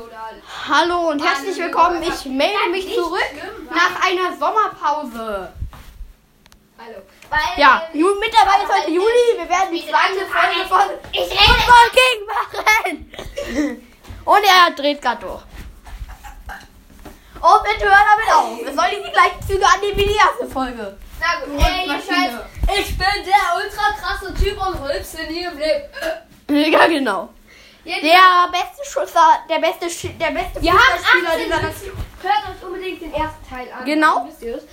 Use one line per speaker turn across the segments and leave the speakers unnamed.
egal.
Hallo und herzlich willkommen. Ich melde
Nein,
mich
nicht
zurück
schlimm, weil-
nach einer Sommerpause.
Hallo. Weil,
Ja,
ähm,
Ju- mit dabei ist heute Juli. Wir werden die
ich
zweite
rede
Folge
nicht.
von
Ich rede.
Football King machen. Und er dreht gerade durch. Oh, bitte hör damit
Äh.
auf. Wir sollen die gleichen Züge annehmen wie die erste Folge.
Na gut, ey, ihr
Maschine.
Scheiß. Äh, Ich bin der ultra krasse Typ und rülpst in jedem Leben.
Ja, genau.
Jeden
Der beste Schusser, der beste, Sch- der beste
Wir haben 18
dieser
Minuten. Hört euch unbedingt den ersten Teil an.
Genau.
dann Wisst ihr es?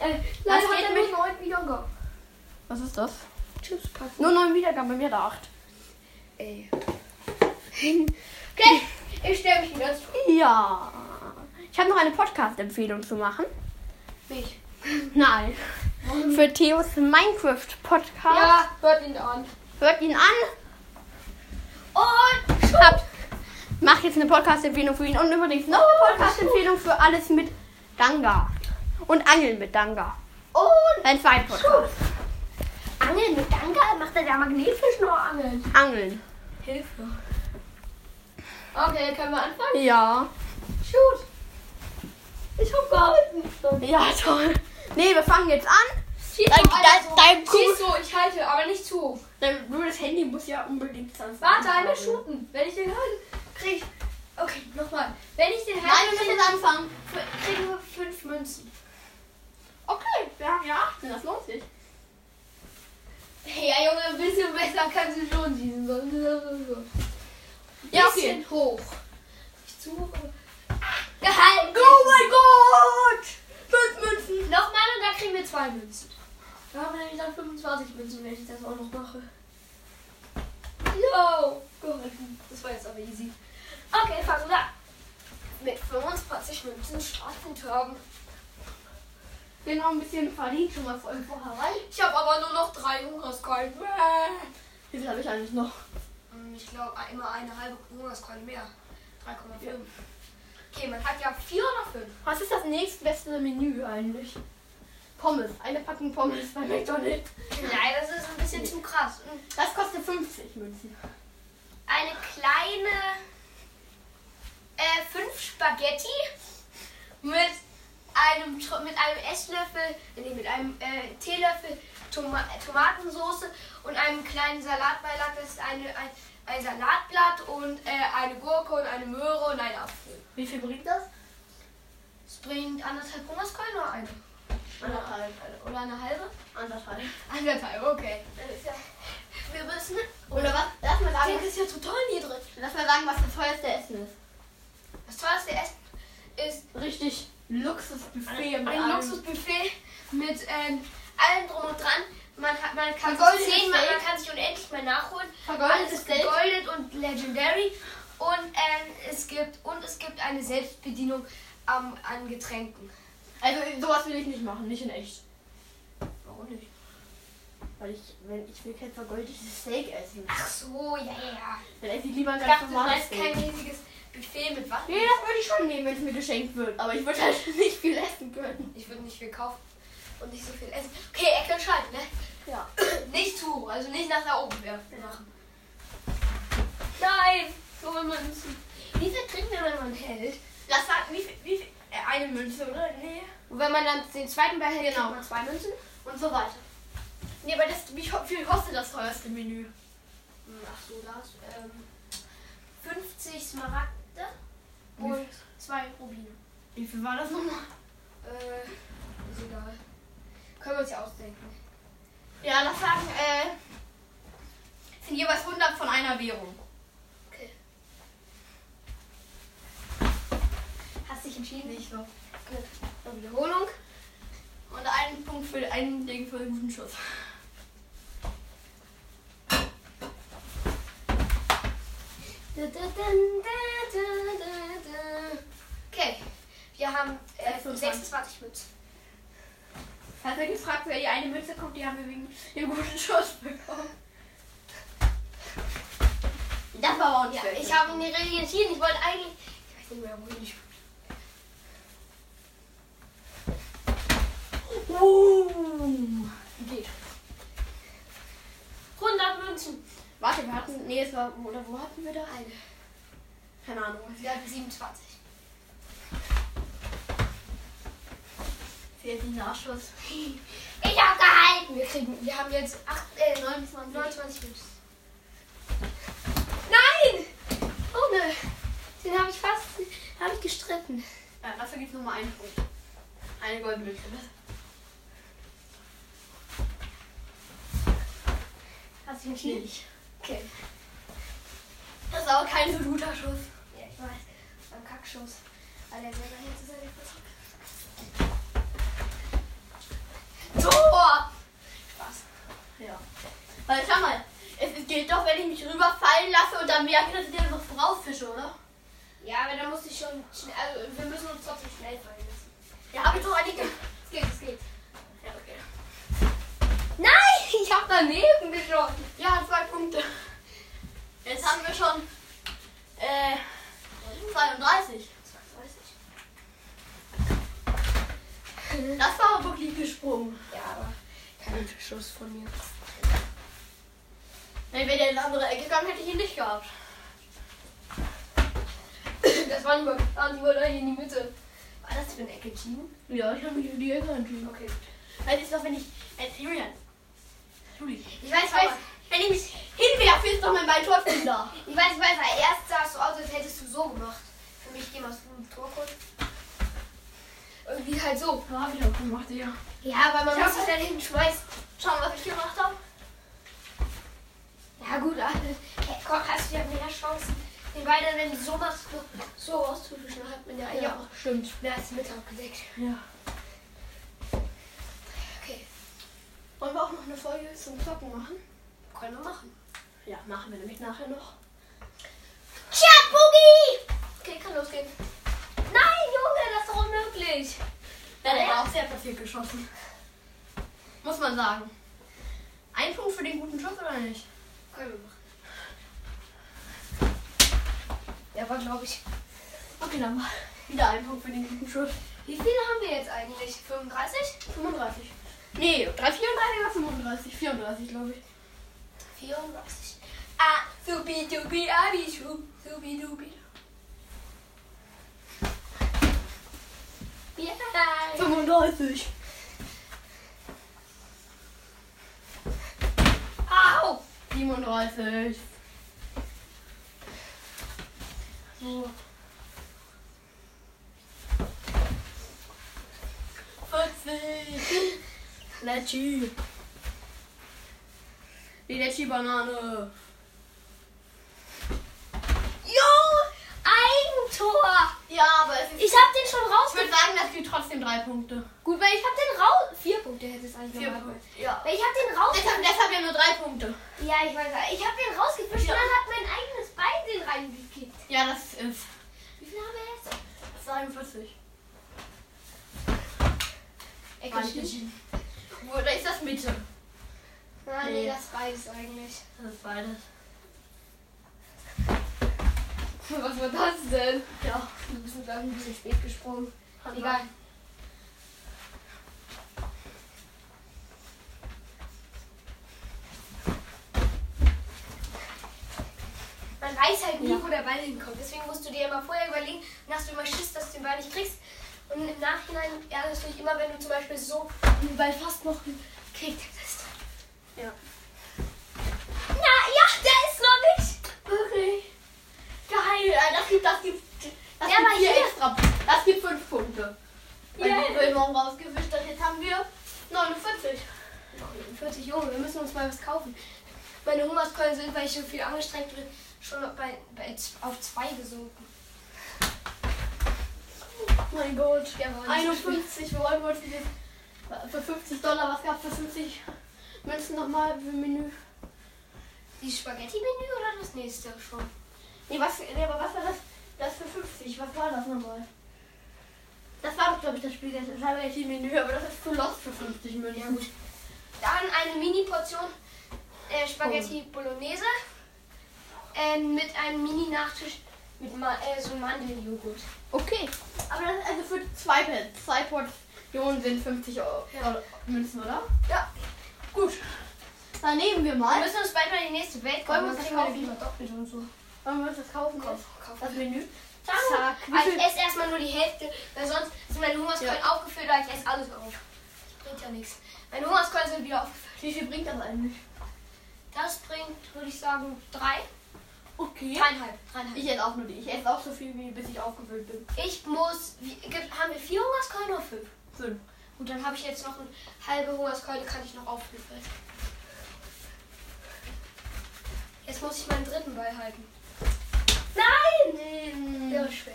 Äh, leider
geht
hat er
mit-
nur 9 Millionen gehabt.
Was ist das?
Tschüss, Katzen.
Nur neun Wiedergaben, bei mir da acht.
Ey. okay, ich stelle mich wieder zu.
Ja. Ich habe noch eine Podcast-Empfehlung zu machen.
Mich.
Nein. Für Theos Minecraft-Podcast.
Ja, hört ihn an.
Hört ihn an.
Und
Habt, mach jetzt eine Podcast-Empfehlung für ihn. Und übrigens noch eine Podcast-Empfehlung für alles mit Danga. Und Angeln mit Danga.
Und
Ein zweiter Podcast.
Angeln mit Danke macht er da Magnetfisch noch Angeln.
Angeln.
Hilfe. Okay, können wir anfangen?
Ja.
Shoot. Ich hab gehalten.
Ja, toll. Nee, wir fangen jetzt an.
Schieß
Dein-
doch
dein-
so.
dein
Schieß so, ich halte, aber nicht zu hoch.
Denn Nur das Handy muss ja unbedingt sonst.
Warte, einmal shooten. Wenn ich den halte, krieg ich. Okay, nochmal. Wenn ich den halte,
anfangen.
krieg- kriegen wir fünf Münzen.
Okay, wir haben ja 18, das lohnt sich.
Ja, Junge, ein bisschen besser kannst du schon schießen. So, so, so, so.
Ja, okay.
bisschen hoch. Ich zu hoch. Gehalten.
Oh mein Gott! Fünf Münzen!
Nochmal und da kriegen wir zwei Münzen. Da haben wir nämlich dann 25 Münzen, wenn ich das auch noch mache. Yo! Geholfen. Das war jetzt aber easy. Okay, fangen wir an. Mit 25 Münzen Strafguthaben.
Bin noch ein bisschen verdient schon mal voll vorher rein.
Ich habe aber nur noch drei Hungerskeulen.
Wie viel habe ich eigentlich noch?
Hm, Ich glaube, immer eine halbe Hungerskeule mehr. 3,5. Okay, man hat ja 4 oder 5.
Was ist das nächstbeste Menü eigentlich? Pommes. Eine Packung Pommes bei McDonalds.
Nein, das ist ein bisschen zu krass. Hm.
Das kostet 50 Münzen.
eine kleine äh, fünf Spaghetti mit einem Tro- mit einem Esslöffel, nee, mit einem äh, Teelöffel Toma Tomatensauce und einem kleinen Salatbeilag. Das ist eine, ein, ein Salatblatt und äh, eine Gurke und eine Möhre und ein Apfel.
Wie viel bringt das?
Das bringt anderthalb Hungerskeulen oder eine?
Anderthalb.
Oder eine halbe?
Anderthalb.
Anderthalb, okay. Das ist ja, wir müssen.
Oder was? Lass mal
Das
sagen,
ist ja total niedrig.
lass mal sagen was das teuerste Essen ist.
Das teuerste Essen ist
Richtig Luxusbuffet
Ein
mit allem.
Luxusbuffet mit ähm, allem drum und dran. Man, hat, man kann
Vergoldetes
sich zehnmal, man
Steak.
kann sich unendlich mal nachholen.
Vergoldetes
Alles ist
Steak.
gegoldet und legendary. Und ähm, es gibt und es gibt eine Selbstbedienung am- an Getränken.
Also sowas will ich nicht machen, nicht in echt.
Warum nicht?
Weil ich, wenn ich will kein vergoldetes Steak essen.
Ach so, ja, ja, ja.
Dann esse ich lieber ein
Ich
ganz
dachte, du
normales
meinst
Steak.
kein riesiges Buffet mit Waffen.
Nee, das würde ich schon nehmen, wenn es mir geschenkt wird. Aber ich würde halt nicht viel essen können.
Ich würde nicht viel kaufen und nicht so viel essen. Okay, Ecke entscheiden, ne?
Ja.
Nicht zu, also nicht nach da oben werfen machen. Nein, so will man es. Wie viel trinkt man, wenn man hält?
Das war wie viel, wie viel? äh, Eine Münze, oder? Nee.
Und wenn man dann den zweiten Ball hält,
Genau.
kriegt man zwei Münzen?
Und so weiter. Nee, aber das, wie ho- viel kostet das teuerste Menü?
Hm, Ach so, da hast du, ähm, 50 Smaragde und zwei Rubine.
Wie viel war das nochmal?
Äh, ist egal. Können wir uns ja ausdenken.
Ja, das sagen, äh, sind jeweils 100 von einer Währung.
Okay. Hast dich entschieden?
Nicht so.
Okay. Eine Wiederholung.
Und einen Punkt für einen Ding für einen guten Schuss.
Okay, wir haben äh,
26.
26 Münzen.
Hat er gefragt, wer die eine Münze kommt, die haben wir wegen dem guten Schuss bekommen. Das war aber auch
Ja,
nicht fair.
ich habe mich richtig entschieden. Ich wollte eigentlich. Ich weiß nicht mehr, wohin ich.
Uh.
Geht. 100 Münzen.
Warte, wir hatten. Nee, es war. Oder wo hatten wir da?
Eine.
Keine Ahnung.
Sie hat 27.
Sie hat einen Nachschuss.
Ich hab gehalten. Wir kriegen, wir haben jetzt 8, äh, 29, 29 Minuten. Nein! Oh ne. Den habe ich fast, habe ich gestritten.
Ja, dafür gibt es nochmal einen Punkt. Eine ne? Goldmünze.
Hast du mich nicht.
Okay.
Das ist aber kein so guter Schuss.
Ja, ich weiß. Beim Kackschuss. Weil er selber hätte seine Fresse.
Tor!
Spaß.
Ja. Weil schau mal, es, es gilt doch, wenn ich mich rüberfallen lasse und dann merke, dass ich dann noch vorausfische, oder?
Ja, aber da muss ich schon schnell, also wir müssen uns trotzdem schnell fallen lassen.
Ja, habe ich doch eigentlich. ge-
Es geht, es geht.
Ja, okay.
Nein! Ich hab daneben geschossen.
Ja, zwei Punkte. Jetzt haben wir schon äh, 32.
32.
Das war aber wirklich gesprungen.
Ja, aber kein Schuss von mir.
Wenn wäre der in eine andere Ecke gegangen, hätte ich ihn nicht gehabt.
Das war nicht mal geplant, die wollte in die Mitte. War das für ein Ecke Team?
Ja, ich habe mich für die Ecke entschieden.
Okay, gut.
Das ist doch, wenn ich. Äh, Julian. Julian.
Ich weiß,
Ich weiß, wenn ich mich hinwerfe, ist doch mein Ball Torfinder.
ich weiß, ich weiß, weil erst sahst du aus, als hättest du so gemacht. Für mich gehen wir aus dem Tor kurz. Irgendwie halt so.
Ja, hab ich auch gemacht, ja.
Ja, weil man
Ich
muss
hab-
sich dann hinten schmeißen.
Schauen, was ich gemacht habe.
Ja gut, also, hey, komm, hast du ja mehr Chancen. Den Ball dann, wenn du so machst, so, so rauszufischen, hat man ja eigentlich auch
stimmt.
mehr als die Mitte abgedeckt.
Ja.
Okay,
Wollen wir auch noch eine Folge zum Zocken machen?
können wir machen.
Ja, machen wir nämlich nachher noch.
Tja, Boogie! Okay, kann losgehen. Nein, Junge, das ist doch unmöglich.
Ja, der hat auch sehr viel geschossen. Muss man sagen. Ein Punkt für den guten Schuss oder nicht?
Können wir machen. Der war, glaube ich.
Okay, dann mal. Wieder ein Punkt für den guten Schuss.
Wie viele haben wir jetzt eigentlich? 35?
35. Nee, 3, 34 oder 35? 34, glaube ich.
34. Ah, supi dupi abishu. Supi dupi. Ja.
35.
Au!
37. So. 40. Lecci. Die Lecci-Banane.
Jo! Eigentor!
Ja, aber es ist.
Ich hab den schon
Ich
raus.
würde sagen, das gibt trotzdem drei Punkte.
Gut, weil ich hab den raus. Vier Punkte hätte es eigentlich
Vier
noch
Punkte.
gehabt.
Ja.
Weil ich hab den raus.
Deshalb, deshalb ja nur drei Punkte.
Ja, ich weiß. Ich hab den rausgefischt
Ja.
und dann hat mein eigenes Bein den reingekickt.
Ja, das ist
Wie viele haben wir jetzt?
42.
Ecke Schienen.
Manchen. Oder ist das Mitte?
Ah, nee,
Nee.
das reicht eigentlich.
Das ist beides.
Was war das denn?
Ja.
Du bist glaube ich ein bisschen spät gesprungen. Egal.
Egal.
Man weiß halt nie,
Ja.
wo der Ball hinkommt. Deswegen musst du dir immer vorher überlegen und hast du immer Schiss, dass du den Ball nicht kriegst. Und im Nachhinein ärgerst du dich immer, wenn du zum Beispiel so den Ball fast noch gekriegt hättest.
Ja.
Na ja, der ist noch nicht. Äh,
Wirklich? Geil, Alter, das gibt, das gibt, das
Ja,
gibt
aber
vier
hier-
extra, das gibt fünf Punkte. Weil
Yeah.
die Römung rausgewischt hat, jetzt haben wir 49.
40 Junge, wir müssen uns mal was kaufen. Meine Hungerskeulen sind, weil ich so viel angestrengt bin, schon bei, bei, auf zwei gesunken.
Oh mein Gott.
Ja, aber nicht so viel.
51, wir wollen uns dieses, für 50 Dollar, was gab's für 50 Münzen nochmal im Menü?
Die Spaghetti-Menü oder das nächste schon?
Nee, was, nee, aber was war das? Das für 50, was war das nochmal? Das war doch, glaube ich, das Spiel, das war ja Menü, aber das ist zu lost für 50 Münzen.
Ja, gut. Dann eine Mini-Portion äh, Spaghetti
Oh.
Bolognese ähm, mit einem Mini-Nachtisch mit Ma äh, so Mandeljoghurt.
Okay. Aber das also für zwei, Pe- zwei Portionen sind 50 Euro, Euro- Münzen, oder?
Ja,
Gut. Dann nehmen wir
wir
mal.
müssen uns bald mal die nächste Welt
Wollen
kaufen.
wir uns
sonst
das
kriegen wir
kaufen?
wieder doppelt und so.
Wollen wir uns das kaufen?
Kauf,
jetzt?
kauf.
Das Menü?
Zack.
Zack. Wie
Also
viel?
ich esse erstmal nur die Hälfte, weil sonst sind meine Hungerskeulen
Ja.
aufgefüllt, aber ich esse alles auf. Bringt ja nichts. Meine Hungerskeulen sind wieder aufgefüllt.
Wie viel bringt das eigentlich?
Das bringt, würde ich sagen, drei.
Okay.
Dreieinhalb. Dreieinhalb.
Ich esse auch nur die. Ich esse auch so viel, wie bis ich aufgefüllt bin.
Ich muss. Wie, gibt, haben wir vier Hungerskeulen oder fünf?
Fünf.
Gut, dann habe ich jetzt noch eine halbe Hungerskeule, kann ich noch auffüllen. Jetzt muss ich meinen dritten Ball halten.
Nein.
Wäre schwer.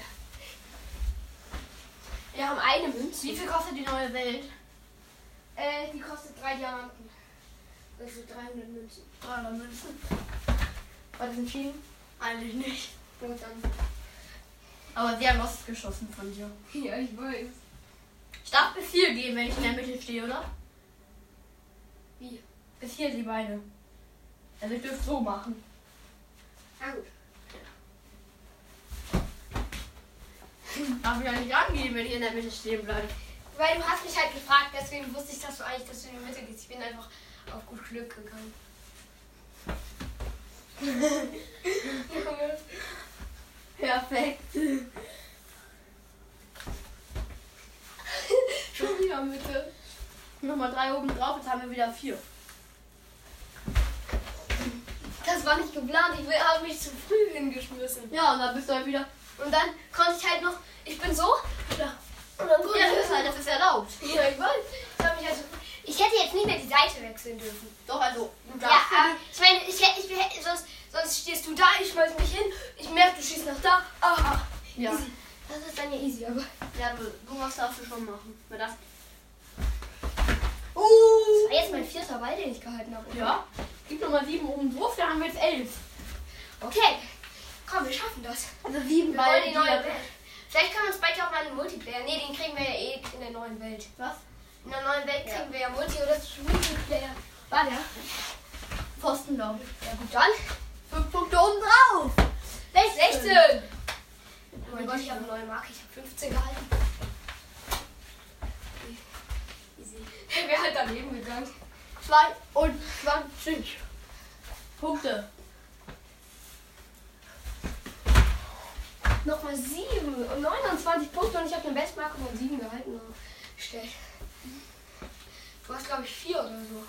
Wir haben eine Münze.
Wie viel kostet die neue Welt?
Äh, die kostet drei Diamanten. Also 300 Münzen.
300 Münzen. War das entschieden? Eigentlich nicht.
Gut, dann.
Aber sehr lost geschossen von dir.
Ja, ich weiß.
Ich darf bis hier gehen, wenn ich in der Mitte stehe, oder?
Wie?
Bis hier die Beine. Also ich dürfte so machen.
Ah, gut.
Darf ich ja nicht angehen, wenn ich in der Mitte stehen bleibe.
Weil du hast mich halt gefragt, deswegen wusste ich, dass du eigentlich, dass du in die Mitte gehst. Ich bin einfach auf gut Glück gegangen. Junge.
Perfekt.
Schon wieder Mitte.
Nochmal drei oben drauf, jetzt haben wir wieder vier.
Das war nicht geplant. Ich habe mich zu früh hingeschmissen.
Ja, und dann bist du halt wieder.
Und dann konnte ich halt noch. Ich bin so. Ja. Und dann wurde
Ja,
ich
das ist halt, das ist erlaubt.
Ja, ich weiß. Ich, hab mich also, ich hätte jetzt nicht mehr die Seite wechseln dürfen.
Doch, also. Du
Ja,
darfst
aber ich meine, ich hätte, ich hätte, sonst, sonst stehst du da, ich schmeiß mich hin, ich merke, du schießt nach da. Aha.
ja.
Easy. Das ist dann ja easy, aber.
ja du, du was darfst du schon machen. Man darf.
Das
Uh!
war jetzt mein vierter Ball, den ich gehalten habe. oder?
Ja. Gib nochmal sieben oben drauf, dann haben wir jetzt elf.
Okay. Komm, wir schaffen das.
Also sieben
Wir wollen die neue
Beine.
Welt. Vielleicht können wir uns bald ja auch mal einen Multiplayer. Nee, den kriegen wir ja eh in der neuen Welt.
Was?
In der neuen Welt kriegen wir ja Multi oder Multiplayer.
Warte. Pfosten, glaube ich.
Ja gut, dann.
Fünf Punkte oben drauf.
16! Oh mein Gott, ich habe eine neue Marke. Ich habe 15 gehalten. Easy. Der wäre halt daneben gegangen.
Zwei und 20 Punkte.
Nochmal 7 und 29 Punkte und ich habe eine Bestmarke von 7 gehalten. Stell. Du hast, glaube ich, 4 oder so.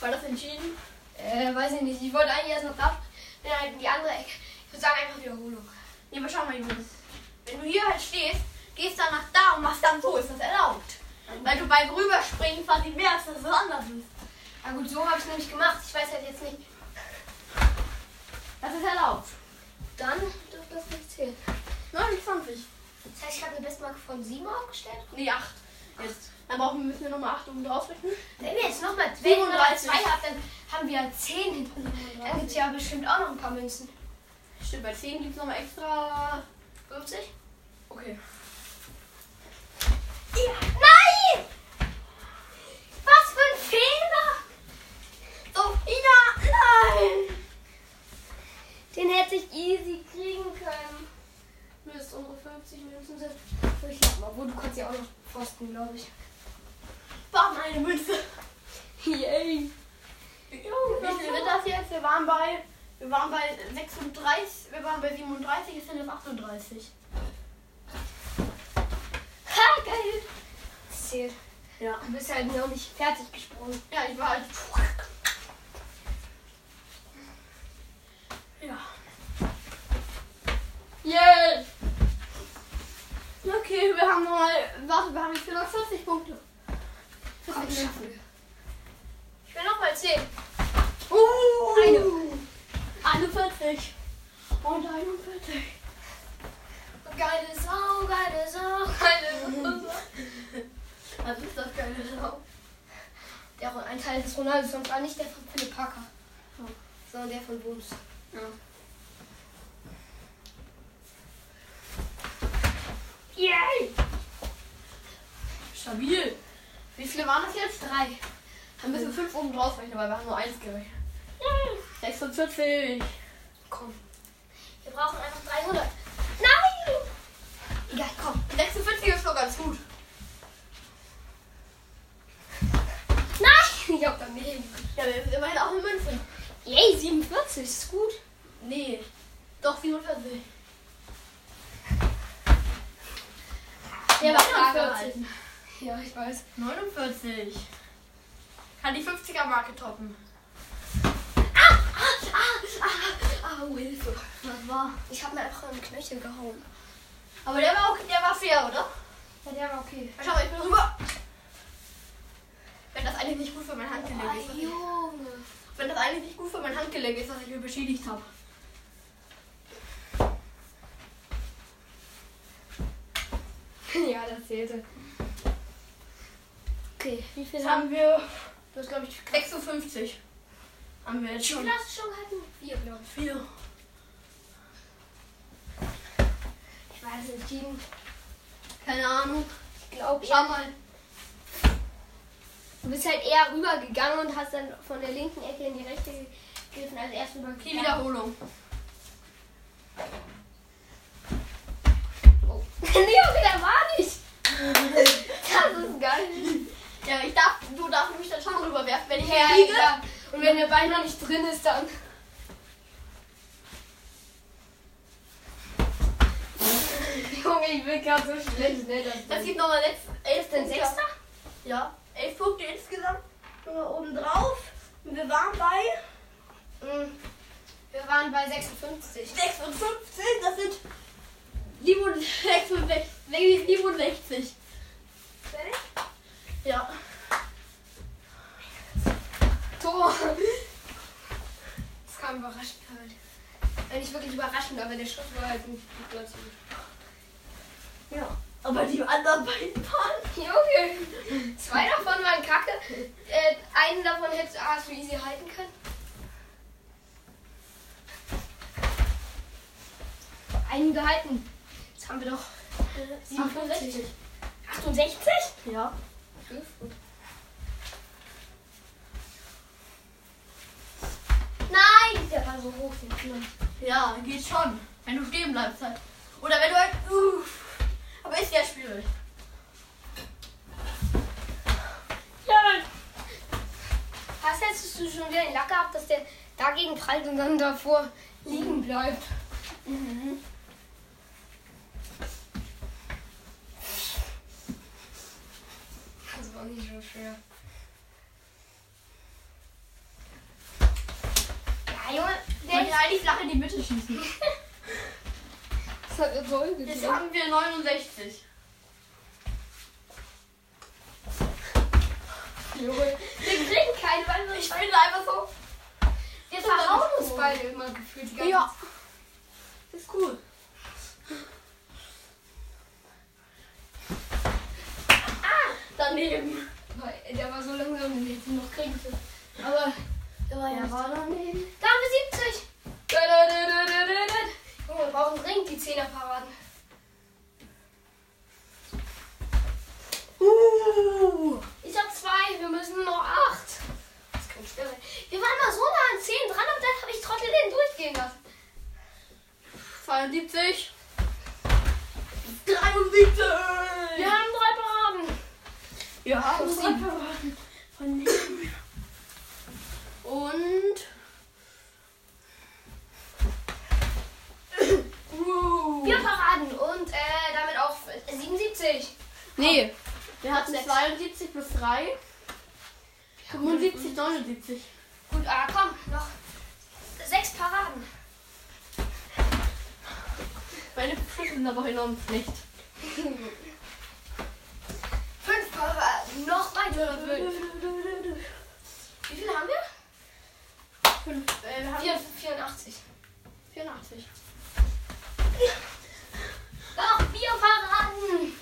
War das entschieden?
Äh, weiß ich nicht. Ich wollte eigentlich erst noch da, dann halt in die andere Ecke. Ich würde sagen, einfach Wiederholung.
Ja, aber schau mal, Jungs. Wenn du hier halt stehst, gehst dann nach da und machst dann so, ist das erlaubt. Weil du beim Rüberspringen quasi merkst, dass es anders ist.
Na Ah, gut, so habe ich es nämlich gemacht. Ich weiß halt jetzt nicht.
Das ist erlaubt.
Dann dürfte das nicht zählen.
29.
Das heißt, ich habe eine Bestmarke von 7 aufgestellt.
Nee, 8. Jetzt. Dann brauchen wir, müssen wir nochmal 8 oben draufrechnen.
Wenn wir jetzt nochmal 37
37.
zwei haben, dann haben wir 10 hinten. Dann gibt es ja bestimmt auch noch ein paar Münzen.
Stimmt, bei 10 gibt es nochmal extra.
50?
Okay.
Ja. Nein! Was für ein Fehler!
Sophia, nein!
Den hätte ich easy kriegen können.
Mist, unsere 50 Münzen sind.
So, Ich sag mal, wo du kannst ja auch noch posten, glaube ich.
Bam, eine Münze.
Yay!
Wie viel wird das jetzt? Wir waren bei, wir waren bei 36, wir waren bei 37, jetzt sind es 38.
Ha, geil! Das zählt.
Ja.
Du bist halt noch nicht fertig gesprungen.
Ja, ich war halt. Ja.
Yay!
Okay, wir haben nochmal, warte, wir haben jetzt nur noch 40 Punkte.
Komm, das schaffen wir. Ich will nochmal 10.
Uh,
Eine.
41. Und 41.
Geile Sau, geile Sau, geile Sau.
Was ist das geile Sau?
Der Ron- ein Teil des Ronaldos, und zwar nicht der von Philipp Parker,
Oh.
sondern der von Bums.
Ja.
Yay!
Stabil. Wie viele waren das jetzt? Drei. Dann müssen wir fünf oben drauf rechnen, weil wir haben nur eins gerechnet. 46.
Komm. Wir brauchen einfach 300. Nein! Egal, komm.
46 ist schon ganz gut.
Nein! Ich hab daneben.
Ja, wir sind immerhin auch eine Münze.
Yay, 47, ist gut.
Nee. Doch 47. Der war
Frage
49.
Ja, ich weiß.
49. Kann die 50er-Marke toppen.
Ah, Hilfe.
Was war?
Ich habe mir einfach einen Knöchel gehauen.
Aber der war okay, der war fair, oder?
Ja, der war okay.
Schau mal, ich bin rüber. Wenn das eigentlich nicht gut für mein Handgelenk ist. was ich-
Ah, Junge.
Wenn das eigentlich nicht gut für mein Handgelenk ist, dass ich mir beschädigt habe.
ja, das zählte. Okay, wie viel
Jetzt
haben
haben wir. Das glaube ich.
56. Haben wir jetzt
wir? Wie
schon.
viel hast du schon gehalten? Vier, glaube ich.
4.
Ich weiß nicht, Team.
Keine Ahnung.
Ich glaube,
Schau mal.
du bist halt eher rübergegangen und hast dann von der linken Ecke in die rechte gegriffen. Also erst rüber.
Die Wiederholung.
Oh. nee, Junge, der war nicht. das ist geil.
Ja, ich darf, du darfst mich dann schon rüberwerfen, wenn ich
Ja,
fliege.
ja. Und wenn der Ball noch nicht drin ist, dann. Junge, ich bin gerade so schlecht, ne?
Das gibt nochmal letzt, elf
denn
Punkte.
Sechster?
Ja, elf Punkte insgesamt. Nochmal oben drauf. Und Wir waren bei
Mm. Wir waren bei 56.
56, das sind 67. 67.
Fertig?
Ja.
Tor! Das kam überraschend halt. Eigentlich wirklich überraschend, aber der Schuss war halt nicht gut dazu.
Ja. Aber die anderen beiden waren.
Junge! Zwei davon waren kacke. Äh, einen davon hätte Arsch wie easy halten können. Einen gehalten. Jetzt haben wir doch
57.
68?
Ja.
Nein! Der war so hoch. den Knopf.
Ja, geht schon. Wenn du stehen bleibst halt. Oder wenn du halt. Uff. Aber ist ja schwierig.
Was hättest du schon wieder den Lack gehabt, dass der dagegen prallt und dann davor liegen bleibt? Mhm. Das war nicht so schwer. Ja, Junge,
Ich
der
wollte
ist
eigentlich flach in die Mitte schießen.
das hat er toll
Jetzt
geklappt.
haben wir 69.
Junge, wir kriegen keine, weil wir
Ich bin einfach so.
wir verhauen uns beide immer gefühlt. die ganze
Ja. Ist cool. Daneben.
Weil Der war so langsam, den hätte ich noch kriegen können. Aber der war ja war daneben. Da haben wir 70. Da, da, da, da, da, da, da. Junge, wir brauchen dringend die Zehnerparaden.
Uh.
Ich hab zwei, wir müssen noch acht. Das kann schwer werden. Wir waren mal so nah an 10 dran, aber dann habe ich Trottel den durchgehen lassen.
72. 73.
Wir haben drei Paraden.
Wir haben
Sieben.
sieben. Von neben. Und. Uh.
Vier Paraden und äh, damit auch 77.
Nee. Wir hatten
Sechs.
72 plus 3. 75, 79.
Gut, ah, komm, noch sechs Paraden.
Meine Schüsse sind aber enorm schlecht.
Fünf Paraden, noch weiter. Wie viel haben wir?
Fünf, äh, wir haben
84.
84.
Noch vier Paraden.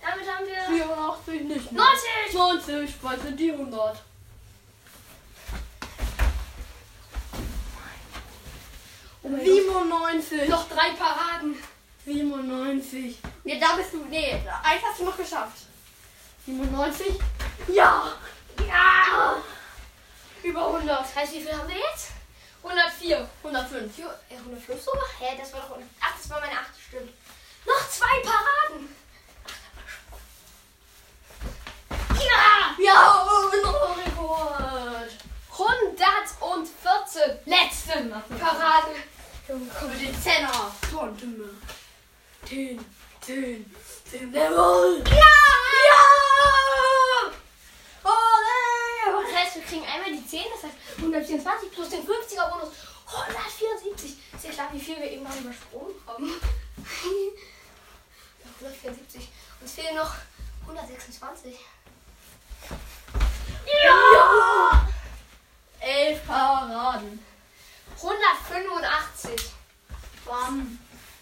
Damit haben wir
84 nicht. mehr.
90.
90, bald sind die 100.
Oh mein
97.
Noch drei Paraden.
97. Nee, da bist du. Nee, eins hast du noch geschafft. 97? Ja!
Ja.
Über 100.
Das heißt, wie viel haben wir jetzt? 104.
105.
Jo, äh, 105 sogar? Hä, das war doch 100. Ach, das war meine 8, stimmt. Noch zwei Paraden. Ja.
Ja, oh, noch ein Rekord.
140.
Mehr. Konnte mehr. Zehn. Zehn. Zehn. Jawohl.
Ja!
Ja! Ole!
Das heißt, wir kriegen einmal die 10, das heißt 124 plus den 50er Bonus 174. Ist ja klar, wie viel wir eben noch übersprungen haben. Ja, 174. Uns fehlen noch 126.
Ja! Elf Paraden.
185.
Bam.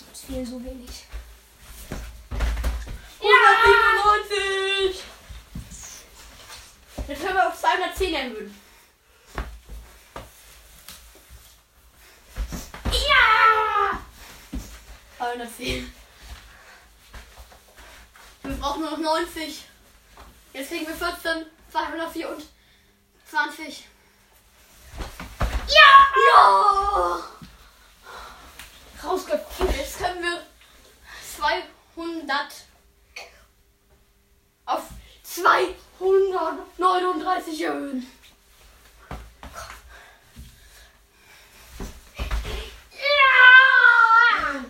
Uns fehlen so wenig.
197. Jetzt können wir auf 210 erhöhen.
Ja!
210. Wir brauchen nur noch 90. Jetzt kriegen wir 14, 224.
Ja!
Ja! Rausgepfiffen. Jetzt können wir 200 auf 239 erhöhen.
Ja!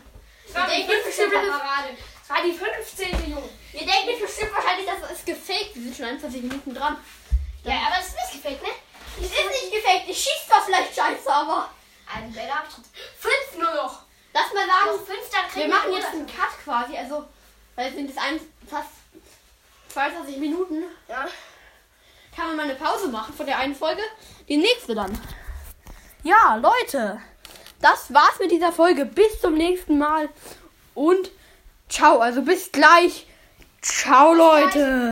Das war
Wir
die
denken, das ist eine
15.
Parade.
Das war die 15. Junge.
Ihr denkt jetzt bestimmt wahrscheinlich, dass es gefaked. Wir sind schon 21 Minuten dran.
Ja, aber es ist nicht gefällt, ne?
Es ist nicht gefaked. Ich schieß zwar vielleicht scheiße, aber
Eine Bälle habe ich trotzdem. Fünf nur noch.
lass mal
Noch
sagen,
fünf, dann
wir
kriegen
machen
die
jetzt
Runde.
einen Cut quasi. Also, weil es sind jetzt ein, fast 22 Minuten.
Ja.
kann man mal eine Pause machen von der einen Folge. Die nächste dann. Ja, Leute, das war's mit dieser Folge. Bis zum nächsten Mal und ciao. Also bis gleich. Ciao, Leute.